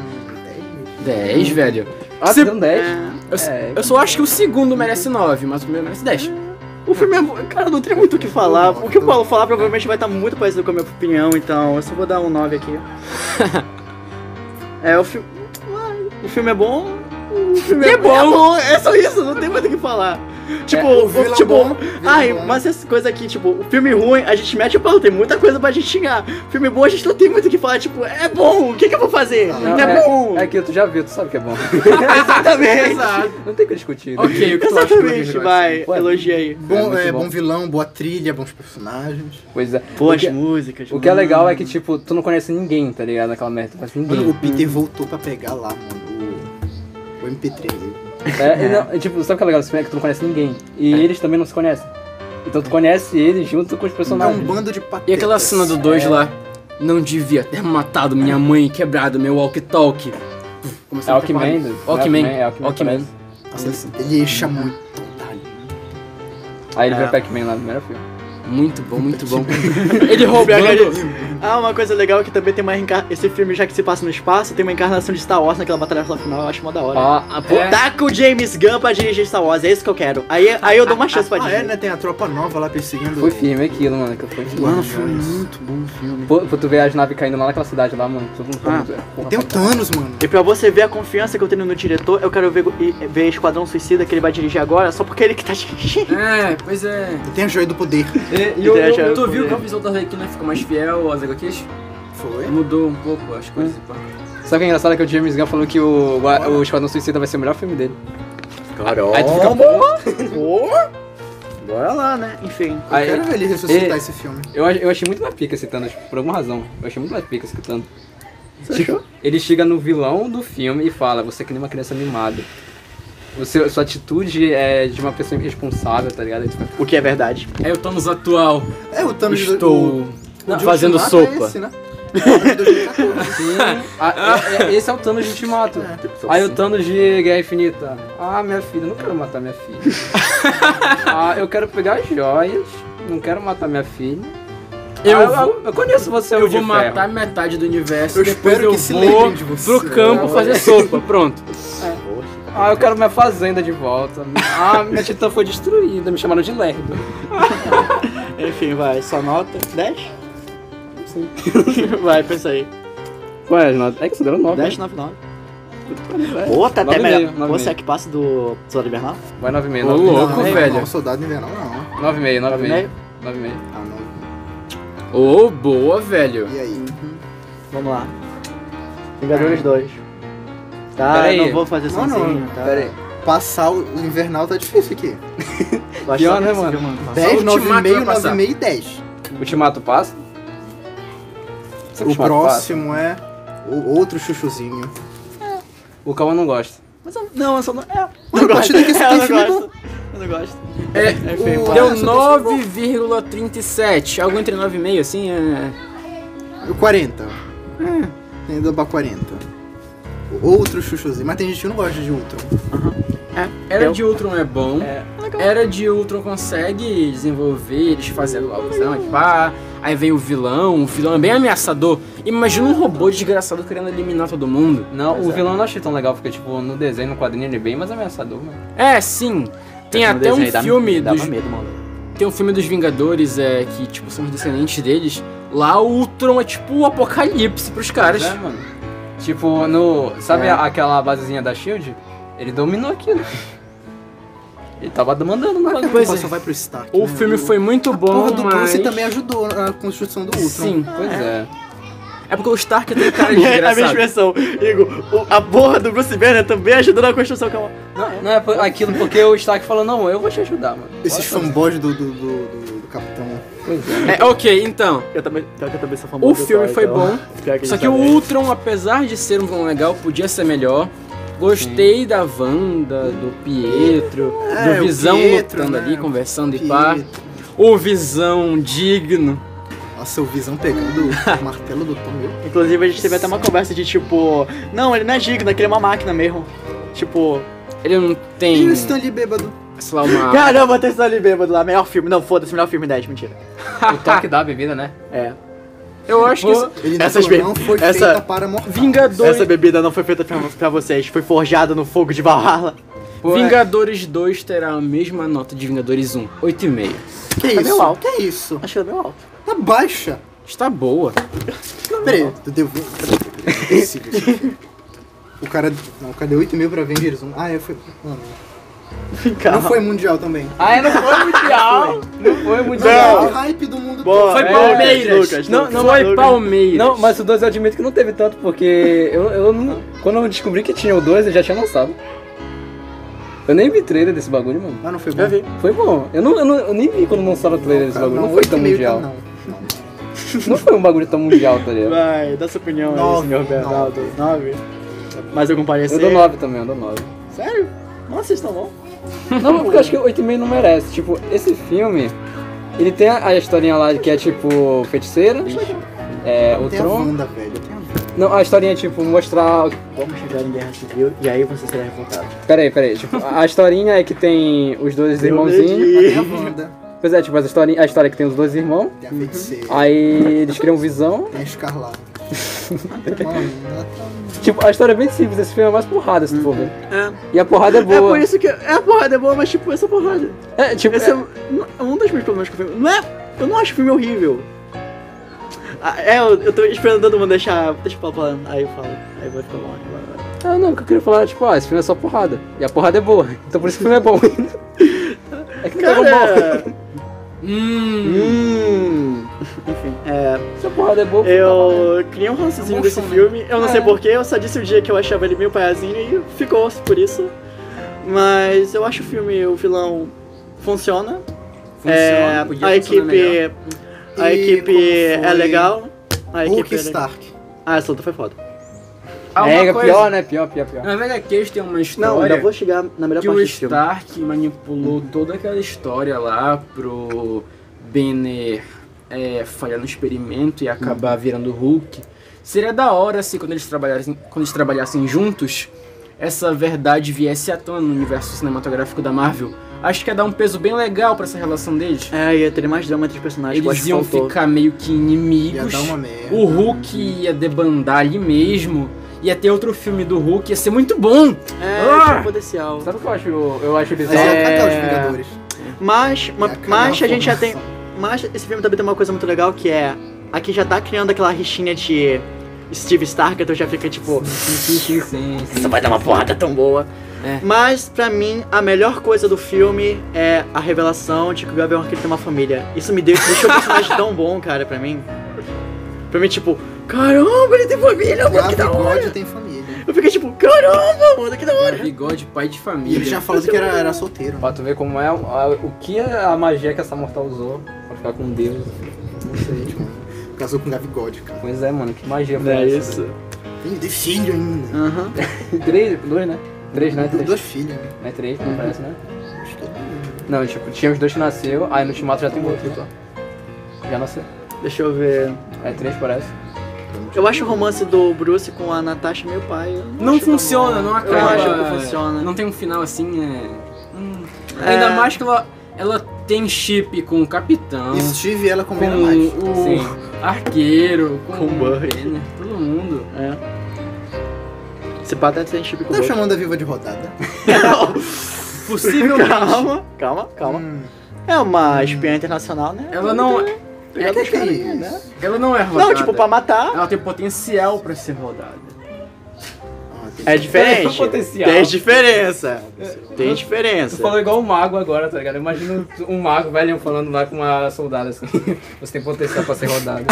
Dez? 10, velho. Ah, Se- você deu um 10? Eu, s- É. eu só acho que o segundo merece 9, mas o primeiro merece 10. O filme é. bo- Cara, não tem É muito o que falar. O que o Paulo falar provavelmente vai estar muito parecido com a minha opinião, então eu só vou dar um 9 <laughs> aqui. É, o filme. O filme é bom. O filme É bom. É só isso, não tem muito o que falar. Tipo, É, o o- vilão tipo. bom, ai, vilão é bom. mas essa coisa aqui, tipo, o filme ruim, a gente mete o pau, tem muita coisa pra gente xingar. Filme bom, a gente não tem muito o que falar, tipo, é bom, o que, que eu vou fazer? Ah, Não, é, bom! É aqui, tu já viu, tu sabe que é bom. <laughs> <laughs> exatamente! não tem o que discutir. né? Ok, o que tu acha do Rodrigo Exatamente, Jorge? vai, Ué, elogia aí. Bom, muito é, bom. bom vilão, boa trilha, bons personagens. Pois é. Pô, o, as que, músicas. o que é mano. <laughs> legal é que, tipo, tu não conhece ninguém, tá ligado? Aquela merda, tu não conhece Mano, ninguém. o Peter voltou pra pegar lá, mano, o, o MP3. É, e não, e, tipo, sabe o que é legal desse filme? É que tu não conhece ninguém. E eles também não se conhecem. Então tu conhece eles junto com os É um personagens. bando de patetas. E aquela cena do 2 lá. Não devia ter matado minha mãe e quebrado meu walkie-talkie. É Alckmin. né? tá Alckmin. É Alckmin. Alckmin. parece. Nossa, ele- ele encha muito talento. Aí ele É. vê Pac-Man lá no primeiro filme. Muito bom, muito bom. Ele roubando. <laughs> Ah, uma coisa legal é que também tem uma reencarnação. Esse filme, já que se passa no espaço, tem uma encarnação de Star Wars naquela batalha final, eu acho uma da hora. Ah, Pô, Taca o James Gunn pra dirigir Star Wars, é isso que eu quero. Aí, aí eu dou uma chance pra <laughs> Ah, é, dirigir. né? Tem a tropa nova lá perseguindo. Foi firme aquilo, mano. Que foi Mano, foi muito bom o filme. Pô, pô, tu vê as naves caindo lá naquela cidade lá, mano. Todo mundo é Ah, porra, E tem o rapaz. Thanos, mano. E pra você ver a confiança que eu tenho no diretor, eu quero ver, e- ver Esquadrão Suicida que ele vai dirigir agora, só porque ele que tá <laughs> dirigindo. É, pois é. E tem a Joia do Poder. E, eu- eu- eu- Tu viu que o visual da Requina ficou mais fiel às HQs? Foi? Mudou um pouco as coisas. pá. Sabe o que é engraçado? É que o James Gunn falou que o, Gua- o Esquadrão Suicida vai ser o melhor filme dele. Caramba! Aí tu fica, Bora lá, né? Enfim. Eu Aí- quero ver ele ressuscitar e- esse filme. Eu, ach- eu achei muito mais pica esse Thanos, por alguma razão. Eu achei muito mais pica esse Thanos. Tipo, ele chega no vilão do filme e fala, você é que nem uma criança mimada. Você, sua atitude é de uma pessoa irresponsável, tá ligado? Aí tu fica, O que é verdade. É o Thanos atual. É, o Thanos do- o- Estou o não, de fazendo Ultimato é sopa. esse, né? É, o de 2014. Sim, a- <laughs> é- é- esse é o Thanos de Ultimato. É. Aí o Thanos de Guerra Infinita. Ah, minha filha, eu não quero matar minha <laughs> filha. ah, eu quero pegar as joias, não quero matar minha filha. Eu Ah, eu, vou- eu conheço você, Eu Homem vou de matar Ferro. metade do universo. Eu depois espero eu que se vou lembrem de você. pro campo fazer sopa. Pronto. Ah, eu quero minha fazenda de volta. Ah, minha titã foi destruída, me chamaram de lerdo. Enfim, vai. Sua nota? 10? Sim. <laughs> vai, pensa aí. Ué, Renato, é que você deu 9. 10, 9, 9. Pô, tá até Nove e melhor. meio, nove e Você é meio. que passa do Soldado Invernal? Vai 9,5. Ô, louco, não, não, velho. Não, soldado invernal, não. 9,5, Nove e meio? 9,5. 9,5. Ah, não. Ô, boa, velho. E aí? Vamos lá. Vingadores 2. Tá, Pera aí. eu não vou fazer Não, sozinho, não, tá? Pera aí. Passar o o invernal tá difícil aqui. Vai Pior, só né, nesse, mano? viu, mano? 10, Ultimato 9,5, vai passar. 9,5 e 10. Ultimato passa? Sabe O Ultimato passa? próximo é o outro chuchuzinho. O Calma não gosta. Mas eu, não, eu só <laughs> não... É, eu a partir daqui você eu tem não filme gosto. Eu não gosto. É, Enfim, né? o- vai. Deu Ah, só 9,37. Algo entre 9,5, assim, é... O 40. Tem que dobrar 40. O Outro chuchuzinho. Mas tem gente que não gosta de Ultron. É, Era eu- de Ultron é bom. É. Era de Ultron consegue desenvolver, eles fazendo alusão e pá. Aí vem o vilão, o vilão é bem ameaçador. Imagina um robô desgraçado querendo eliminar todo mundo. Não, Pois o é. vilão eu não achei tão legal, porque, tipo, no desenho, no quadrinho, ele é bem mais ameaçador, mano. É, sim. Tem até um filme dava, dos, dava medo, mano. tem um filme dos Vingadores é que tipo são os descendentes deles. Lá o Ultron é tipo o apocalipse pros caras. É, mano. Tipo, no... Sabe É. a- aquela basezinha da SHIELD? Ele dominou aquilo. <laughs> ele tava né? mandando no bagulho. Pois Só é. só vai pro Stark. O né? filme foi muito A bom, Porra do mas Bruce também ajudou na construção do Ultron. sim. Pois é. É porque o Stark <laughs> tem cara de É a minha desgraçado. expressão, Igor, o- a porra do Bruce Banner também ajudou na construção, calma. Não, não é por- aquilo porque o Stark falou, não, eu vou te ajudar, mano. Esses Olha, fanboys do, do, do, do- do Capitão. Pois é. É, ok, então. Eu também, pior que eu também sou famoso. tá? Então, O filme foi bom, Só que o último. Ultron, apesar de ser um vilão legal, podia ser melhor. Gostei da Wanda, do Pietro, É, do o Visão Pietro, lutando né? ali, conversando e Que- pá. O Visão digno. Nossa, o Visão pegando o martelo do Tom. Meu Inclusive a gente teve até uma conversa de tipo, não, ele não é digno, aquele é uma máquina mesmo. Tipo, Ele não E tem, o Stanley bêbado. sei lá, uma... caramba, tá ali bêbado lá, melhor filme, não, foda-se, melhor filme 10, mentira. <laughs> O toque da bebida, né? É. Eu acho que isso- Ele Essas falou, be- não foi essa- feita para mortal. Vingadores, Essa bebida não foi feita pra, pra vocês, foi forjada no fogo de Valhalla. Pô, é- Vingadores 2 terá a mesma nota de Vingadores 1, 8,5. Que Tá meio isso? alto. Que isso? Acho que é era meio alto. Tá baixa. Está boa. Peraí, tu deu... peraí. Esse- O cara... Não, o cara deu 8 mil pra Avengers 1. Ah, é, foi... Mano, Calma. não foi mundial também. Ah, não foi <laughs> mundial! não foi mundial! Não, é o hype do mundo Boa. Foi É, Palmeiras. Lucas, não, Lucas, não foi Lucas. Palmeiras. Não, mas o 2 eu admito que não teve tanto, porque eu, eu não. Quando eu descobri que tinha o 2, eu já tinha lançado. Eu nem vi trailer desse bagulho, mano. Ah, não foi bom. Eu vi. Foi bom. Eu, não, eu, não- eu nem vi quando lançaram o trailer desse Cara, bagulho. Não, foi tão 8,5 mundial. Tá, Não. não. foi um bagulho tão mundial, tá ligado? Vai, dá sua opinião aí, Nove, senhor Bernardo. nove. 9? Mas eu comparecer. Eu dou 9 também, eu dou 9. Sério? Nossa, vocês estão bom. Não, mas porque eu acho que 8,5 não merece. Tipo, esse filme, ele tem a, a historinha lá que é tipo feiticeira, é, o Tem a Tron. Wanda, velho. Tem a Wanda. Não, a historinha é tipo mostrar Vamos chegar em guerra civil e aí você será revoltado. Peraí, peraí. Tipo, a a historinha é que tem os dois irmãozinhos. Tem a Wanda. Pois é, tipo, a história, a história é que tem os dois irmãos. Tem <laughs> a Feiticeira. Aí eles criam visão. Tem a Escarlata. Mano, ela tá... Tipo, a história é bem simples. Esse filme é mais porrada, se tu for ver. E a porrada é É por boa. isso que. É a porrada é boa, mas tipo, essa porrada. É, tipo, Esse é, é- é um dos meus problemas com o filme. Não é. Eu não acho o filme horrível. Ah, é, eu, eu tô esperando todo mundo deixar. Deixa eu falar, falar. Aí eu falo. Aí vai ficar bom. aí vai- vai. Ah, não, o que eu queria falar é, tipo, ah, esse filme é só porrada. E a porrada é boa. <laughs> Então por isso que o filme é bom. é que não é bom. Cara, Hum, hum. Enfim, é. <laughs> Se a porrada é boa, Eu criei um raciocínio É um desse bom filme, eu não sei É. porquê, eu só disse o dia que eu achava ele meio paiazinho e ficou por isso. Mas eu acho o filme, o vilão funciona. funciona, é, podia a funcionar equipe. melhor. A E equipe como é foi legal. A equipe Hulk é e legal. Stark. Ah, essa luta foi foda. Ah, uma É, é coisa. pior, né? Pior, pior, pior. Na HQs tem uma história... Não, ainda vou chegar na melhor que parte o do filme. Stark manipulou toda aquela história lá pro Banner é, falhar no experimento e acabar virando Hulk. Seria da hora se quando eles trabalhassem, quando eles trabalhassem juntos, essa verdade viesse à tona no universo cinematográfico da Marvel. Acho que ia dar um peso bem legal pra essa relação deles. É, ia ter mais drama entre os personagens, que eu acho Eles que iam faltou. ficar meio que Ia inimigos. dar uma merda. O Hulk ia debandar ali mesmo. Ia ter outro filme do Hulk, ia ser muito bom! É, Ah! tinha potencial. Sabe o que eu acho, eu acho Mas bizarro? é... É. até os Vingadores. É Mas, ma- Ia acabar mas a gente já tem. formação. Mas esse filme também tem uma coisa muito legal que é. Aqui já tá criando aquela rixinha de Steve Stark, então já fica tipo. Sim, sim, sim, sim. Isso vai dar uma porrada tão boa. É. Mas, pra mim, a melhor coisa do filme é a revelação de que o Gabriel Arqueiro tem uma família. Isso me deu, deixou o personagem tão bom, cara, pra mim. Pra mim, tipo, caramba, ele tem família, mano, que da hora. Gavigode tem família. Eu fiquei tipo, caramba, mano, que da hora. Bigode, pai de E família. ele já falou que era, era solteiro. né? Pra tu ver como é, a- o que a magia que essa mortal usou pra ficar com Deus. Não sei, tipo, casou com Gavigode, cara. Pois é, mano, que magia foi É essa? isso. Tem tem filho ainda. Aham. Três, dois, né? Três, né? Tem Três. duas filhas. né? Não é três, não parece, né? Acho que é. Não, tipo, tinha os dois que nasceu, aí no Ultimato já tem outro, então. Já nasceu. Deixa eu ver. É três, parece. Eu acho o romance do Bruce com a Natasha meu pai. eu Não acho funciona, bom. não acaba. Eu acho que não funciona. Não tem um final assim, é. hum. É. Ainda mais que ela, ela tem chip com o Ah. capitão, Steve e ela é com combinam mais. o Sim. arqueiro, com, Com o Burry. Banner, todo mundo. É. Esse pato até tem chip com o Tá Buck. chamando a Viva de rodada. <laughs> Possivelmente. Calma, calma, calma. Hum. É uma espiã internacional, né? Ela não, Pegar que dois que é carinha, isso? né? ela não é rodada. Não, tipo, pra matar Ela tem potencial pra ser rodada. <laughs> Ah, tem- é diferente. Potencial. Tem diferença. É, Tem diferença. Tu falou igual o mago agora, tá ligado? Imagina um mago velho falando lá com uma soldada assim. <laughs> Você tem potencial pra ser rodado.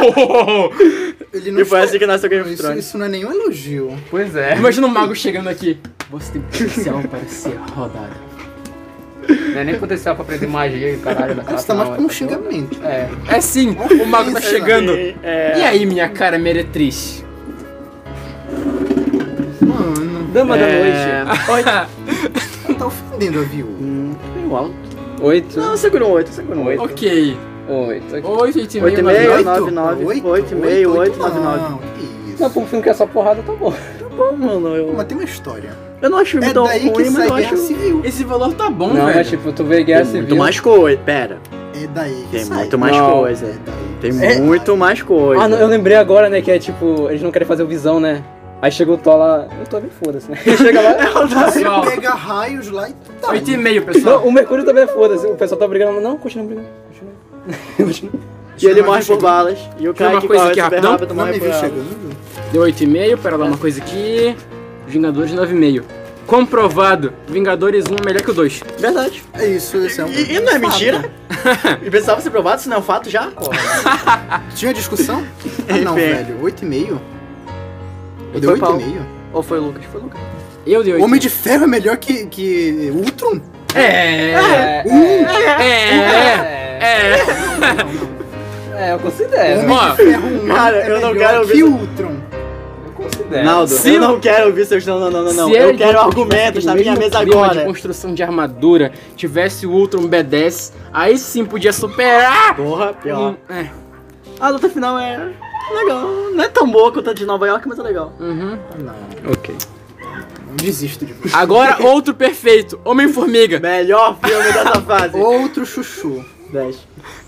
Oh, Ele não E foi está- assim que nasceu Game of isso, Thrones. isso não é nenhum elogio. Pois é. Imagina um mago chegando aqui. Você tem potencial <laughs> para ser rodada. Não é nem potencial pra aprender magia e caralho da Isso tá mais como um xingamento. É. É sim, o mago tá chegando. É, E aí, minha cara meretriz? Mano, tipo, Dama É. da noite. ela tá ofendendo a viúva. hum, foi um alto. Oito. Não, segura um 8, segura um 8. <laughs> Ok. Oito. aqui. 8, 8 Oito e meio. Oito? 9,9, 8,5, Oito? Oito? 8,99. Não, que isso. Não, pra um filme que é só porrada, tá bom. Bom, mano, eu, Mas tem uma história. eu não acho o filme É tão daí que ruim, mas sai eu guerra acho. civil. Esse valor tá bom, não, velho. mas tipo, tu vê Guerra Tem Civil. muito mais coisa. Pera, É daí que tem sai. muito mais Não. É coisa. daí. Tem É. muito mais coisa. Ah, não, eu <laughs> lembrei agora, né, que é tipo, eles não querem fazer o visão, né? Aí chega o Thor lá, eu tô bem foda-se, <laughs> né? Ele chega lá, pessoal. Ele É, pega raios lá e tá. 8 e meio, não, pessoal. o Mercúrio também é foda-se, o pessoal tá brigando, não, continua brigando, continua. Continua. E ele Chama morre por chegando. balas. E o cara uma que coisa corre aqui super rapidão. rápido Não morre me por viu ela. chegando. Deu 8 e meio, pera lá, uma coisa aqui. Vingadores 9 e meio. Comprovado, Vingadores 1 é melhor que o 2. Verdade. É isso, esse é um. E, e não é fato. <laughs> mentira? e precisava ser provado, se não é um fato já? <laughs> Tinha discussão? Ah, não, Enfim. velho. 8,5? Eu dei Foi pau. 8,5? Ou foi o Lucas? Foi o Lucas. Eu dei 8. Homem de Ferro é melhor que, que Ultron? É, É, é, é, é, é. é, eu considero, Ó, Ferro 1 Cara, é eu não melhor quero que ouvir- Ultron. eu considero. É. Naldo, Se- eu não quero ouvir seus não, não, não, não, não. Se Eu ele quero tivesse argumentos na o minha mesmo mesa clima agora. de construção de armadura, tivesse o Ultron B10, aí sim podia superar. Porra, pior. Hum, É. um A luta final é legal. Não é tão boa quanto a de Nova York, mas é legal. Uhum. Não, Ok. desisto de Ah, <laughs> você. Agora outro perfeito, Homem-Formiga. Melhor filme dessa <laughs> fase. Outro chuchu. 10.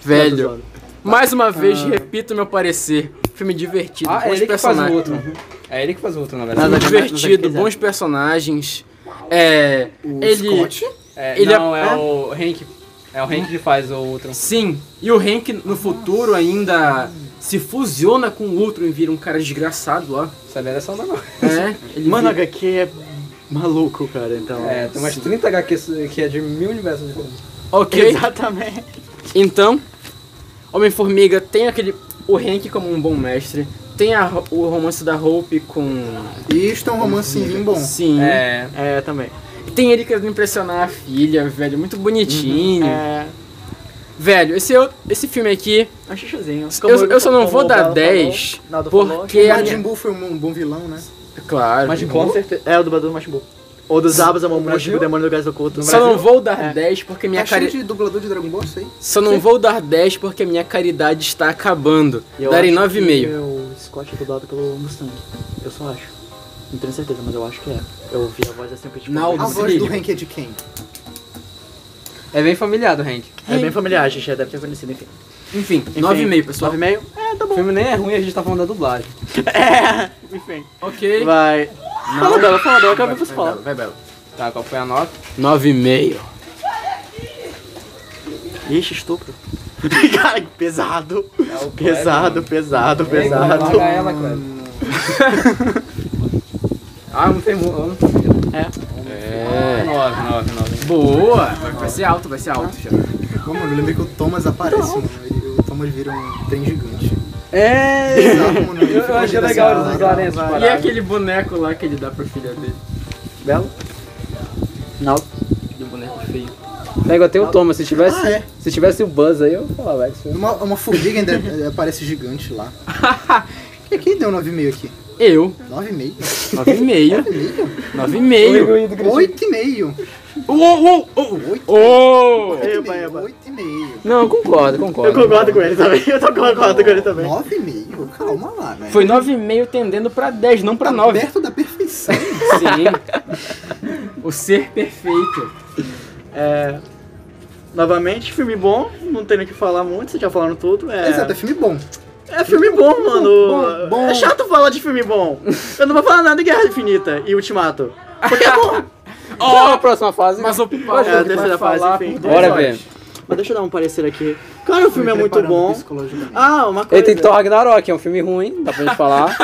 Velho, mais uma vez repito meu parecer. Filme divertido, Ah, é bons ele que faz o personagens. outro. É ele que faz o outro, na Nada verdade. de- divertido, quiser. bons personagens. É. O Ele- Scott. É, Ele é- não, é, é? o Hank. É o Hank que faz o outro. Sim, e o Hank no futuro ainda se fusiona com o Ultron e vira um cara desgraçado lá. Sabia dessa onda não. <laughs> É, ele Mano, vira- HQ é maluco, cara, então. É, tem umas 30 HQ que é de mil universos diferentes. ok. Exatamente. Então, Homem-Formiga tem aquele. O Hank como um bom mestre. Tem a- o romance da Hope com. Isto é um romancezinho bom. Sim. É. É, também. E Tem ele querendo impressionar a filha, velho. Muito bonitinho. É. Velho, esse, eu- esse filme aqui. É um chuchuzinho. Como Eu, eu só não como vou o dar Belo 10. falou, Naldo falou. Porque. a Majin minha- Buu foi um bom vilão, né? é Claro. Mas de Com certeza. É o dublador do Machimbu. Ou dos Abas, é Amon Brasil? Múltiplo, Demônio do Gás Oculto. Só não vou dar É. 10 porque minha Tá cari... cheio de dublador de Dragon Ball, isso aí. Só não vou dar 10 porque minha caridade está acabando. Eu Darei acho que 9,5. O Scott é dublado pelo Mustang. Eu só acho. Não tenho certeza, mas eu acho que é. Eu ouvi a voz é sempre tipo. Naldo. A se voz liga. do Hank é de quem? É bem familiar do Hank. É bem familiar, a gente já deve ter conhecido, enfim. Enfim, Enfim, 9,5, pessoal. 9,5? É, tá O bom. filme nem é ruim, a gente tá falando da dublagem. É, enfim. Ok. Vai. Fala dela, fala dela, eu quero ver você falar. Vai, Belo. Tá, qual foi a nota? 9,5. Ixi, estupro. <laughs> Cara, que pesado. É o pesado, pesado, pesado. Larga ela, cara. <laughs> ah, não tem muito. É. 9, 9, 9. Boa. Vai, vai ser alto, vai ser alto. já. Pô, mano, eu lembrei que o Thomas aparece, mano. Ele- O Thomas vira um trem gigante. É! mano, ele Eu, fica eu achei olhando legal assim, eles ah, usarem essa E parada. aquele boneco lá que ele dá pra filha dele? Belo? Não. Aquele boneco feio. Pega até o Thomas, se tivesse, Ah, é. se tivesse o Buzz aí, eu falava isso. <laughs> Uma, uma formiga ainda aparece gigante lá. E aqui deu 9,5 aqui. Eu, 9,5. <laughs> 9,5. 9,5. 8. 8,5. Uou, uou, uou, uou. Eu, pai, eu, pai. 8,5 Não, concordo, Eu concordo. concordo com ele também. Eu tô concordo com ele também. 9,5? Calma lá, velho. Foi 9,5 tendendo pra 10, não pra Tá 9. perto da perfeição. Sim. O ser perfeito. É, novamente, filme bom, não tem nem o que falar muito, vocês já falaram tudo. É, Exato, é filme bom. é filme bom, mano. bom, bom. É chato falar de filme bom. Eu não vou falar nada de Guerra Infinita e Ultimato. Porque é <laughs> bom. Ó, a próxima fase. Mas o É, a terceira fase, enfim. Bora ver. Mas deixa eu dar um parecer aqui. Cara, o filme é muito bom. psicologicamente. Ah, uma coisa. Ele tem Thor Ragnarok, é um filme ruim, dá pra gente falar.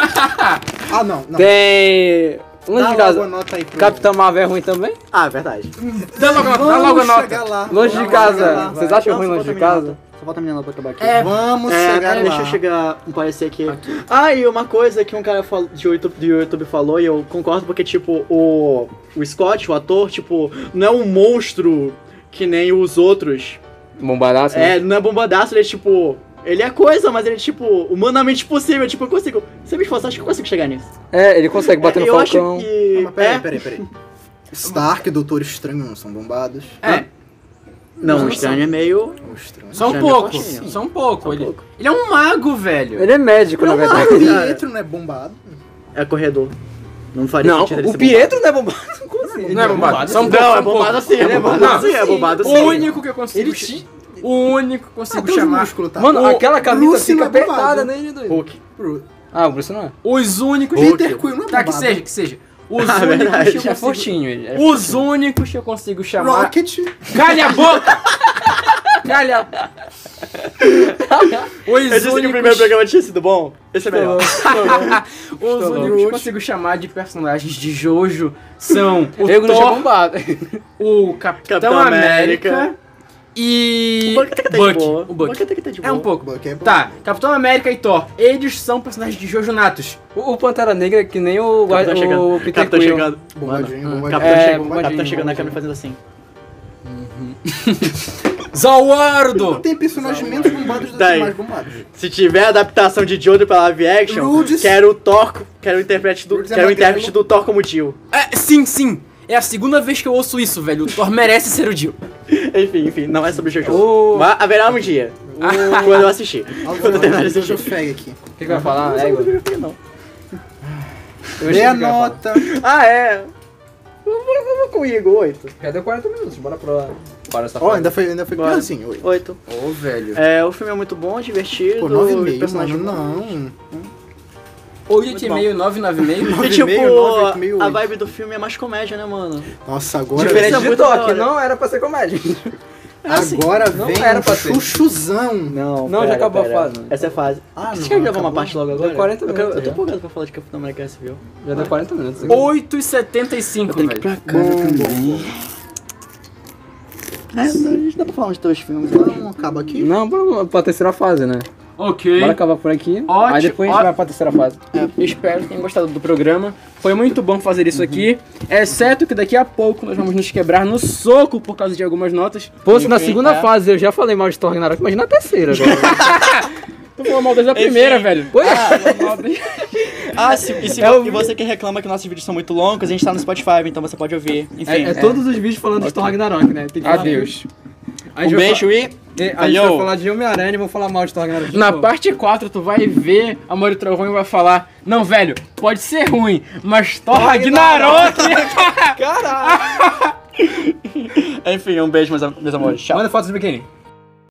Ah, não, não. Tem. Longe Dá de logo a casa. nota aí pra Capitão Marvel é ruim também? Ah, verdade. Dá logo, mim. dá logo a Vamos nota. chegar lá. Longe de Vamos chegar casa. lá, Vocês vai. acham ruim Não, só longe falta minha de casa? nota. Só falta minha nota pra acabar aqui. Vamos É, chegar né, lá. deixa eu chegar um parecer aqui. Ah, e uma coisa que um cara fal- de YouTube, de YouTube falou, e eu concordo, porque, tipo, o, o Scott, o ator, tipo, não é um monstro que nem os outros. Bombadaço, né? É, não é bombadaço, ele é, tipo... Ele é coisa, mas ele é, tipo, humanamente possível. Tipo, eu consigo... Se eu me esforçar, acho que eu consigo chegar nisso. É, ele consegue bater no eu acho Falcão. que... Não, mas peraí, é? peraí, peraí. Stark e Doutor Estranho não são bombados. É, Não, o Estranho é meio... Não, Estranho. só um Já me pouco. apaixonei. Só um pouco. um Ele, pouco. ele é um mago, velho. Ele é médico, na verdade. O Cara. Pietro não é bombado. É corredor. Não faria Não, sentido ele o ser Pietro não é bombado. Como assim? Não é bombado. Só um pouco. bombado. Não, é só um pouco. bombado sim, Ele é bombado sim, é bombado sim. assim. O único que eu consigo. Ele ch- te- O único que eu consigo Até os chamar. músculos tá. Mano, O aquela camisa Bruce fica não é bombado. apertada nele, doido. Hulk. Bru- Ah, o Bruce não é. Os únicos. Peter Quill não é Tá, que bombado. seja, que seja. Os <laughs> Ah, verdade. únicos Ele é que eu consigo. fortinho, ele. é Os únicos que eu consigo chamar. Rocket. Calha a boca! Calha a Os <laughs> Eu disse que o primeiro únicos, programa tinha sido bom. Esse é <laughs> melhor. os únicos que eu consigo chamar de personagens de Jojo são <laughs> o Eu não tinha Thor, bombado. <laughs> o Capitão, Capitão América, América. e... Buck até que tá de Bucky. boa. O Buck. até que tá de É boa. um pouco. Buck é bom. Tá, Capitão América e Thor, eles são personagens de Jojo natos. O o Pantera Negra é que nem o, o Capitão chegando. Peter Capitão Quill. chegando. Um Bombadinho, bombadinho. Capitão, É, um chegando. bombadinho, Capitão chegando na bombadinho. câmera fazendo assim. Zawardo! Tem personagens menos bombados do que Daí. mais bombados. Se tiver adaptação de Jodo pra live action, Rudes. quero o Thor, quero o intérprete do, Rudes é quero o magrelo. intérprete do Thor como Jill. É, sim, sim. É a segunda vez que eu ouço isso, velho. O Thor merece ser o Jill. <laughs> Enfim, enfim, não é sobre Jojo. O- Mas haverá um <laughs> dia. Quando eu assistir. Quando eu terminar de Deixa eu assistir. fag aqui. O que, que vai Ah, falar? É, Não, Igor? não, não, não. Eu Dê achei a que eu ia falar. nota. Ah, é. Eu vou- eu vou com o Igor, 8. Já deu 40 minutos, bora pra. Bora essa Ó, ainda foi, ainda foi pior Bora. assim. Oi. 8. Ô, velho. É, o filme é muito bom, divertido. Pô, o 9,5, personagem mano, não. 8,5 9,96. E 9,5, tipo, 9,5, a 8. vibe do filme é mais comédia, né, mano? Nossa, agora... Diferente- Isso é Diferente de muito da Toque, né? hora. não era pra ser comédia. Agora não vem era um pra ser. chuchuzão. Não, Não, já acabou a fase, né? Essa é a fase. Ah, Você quer não, gravar acabou. uma parte logo Deu agora? 40 eu, quero- eu minutos tô já. empolgado pra falar de Capitão América S, viu? Já deu 40 minutos. Igor. 8,75, velho. cá Bom, É, não dá pra falar uns dois filmes, eu bom. acho. Não, acaba aqui. Não, bora pra terceira fase, né? Ok. Bora acabar por aqui. Aí Ótimo, depois a gente ó- vai pra terceira fase. Eu espero que tenham gostado do programa. Foi muito bom fazer isso aqui. Exceto que daqui a pouco nós vamos nos quebrar no soco por causa de algumas notas. é. Pô, se na segunda tá. fase eu já falei mal de Thor Ragnarok, imagina na terceira agora. Tu falou mal desde a primeira, velho. Pois <laughs> Ah, se, e, se, É o- e você que reclama que nossos vídeos são muito longos, a gente tá no Spotify, então você pode ouvir. Enfim, é, é todos os vídeos falando de Thor Ragnarok, né? Tem que falar. Adeus. A um gente vai beijo e... fa- é, A gente vai Valeu. falar de Homem-Aranha e vou falar mal de Thor Ragnarok. de Na novo. parte 4, tu vai ver a Mori Trovão e vai falar: Não, velho, pode ser ruim, mas Thor Ragnarok. <laughs> Enfim, um beijo, meus, am- meus amores. Tchau. Manda fotos de biquíni.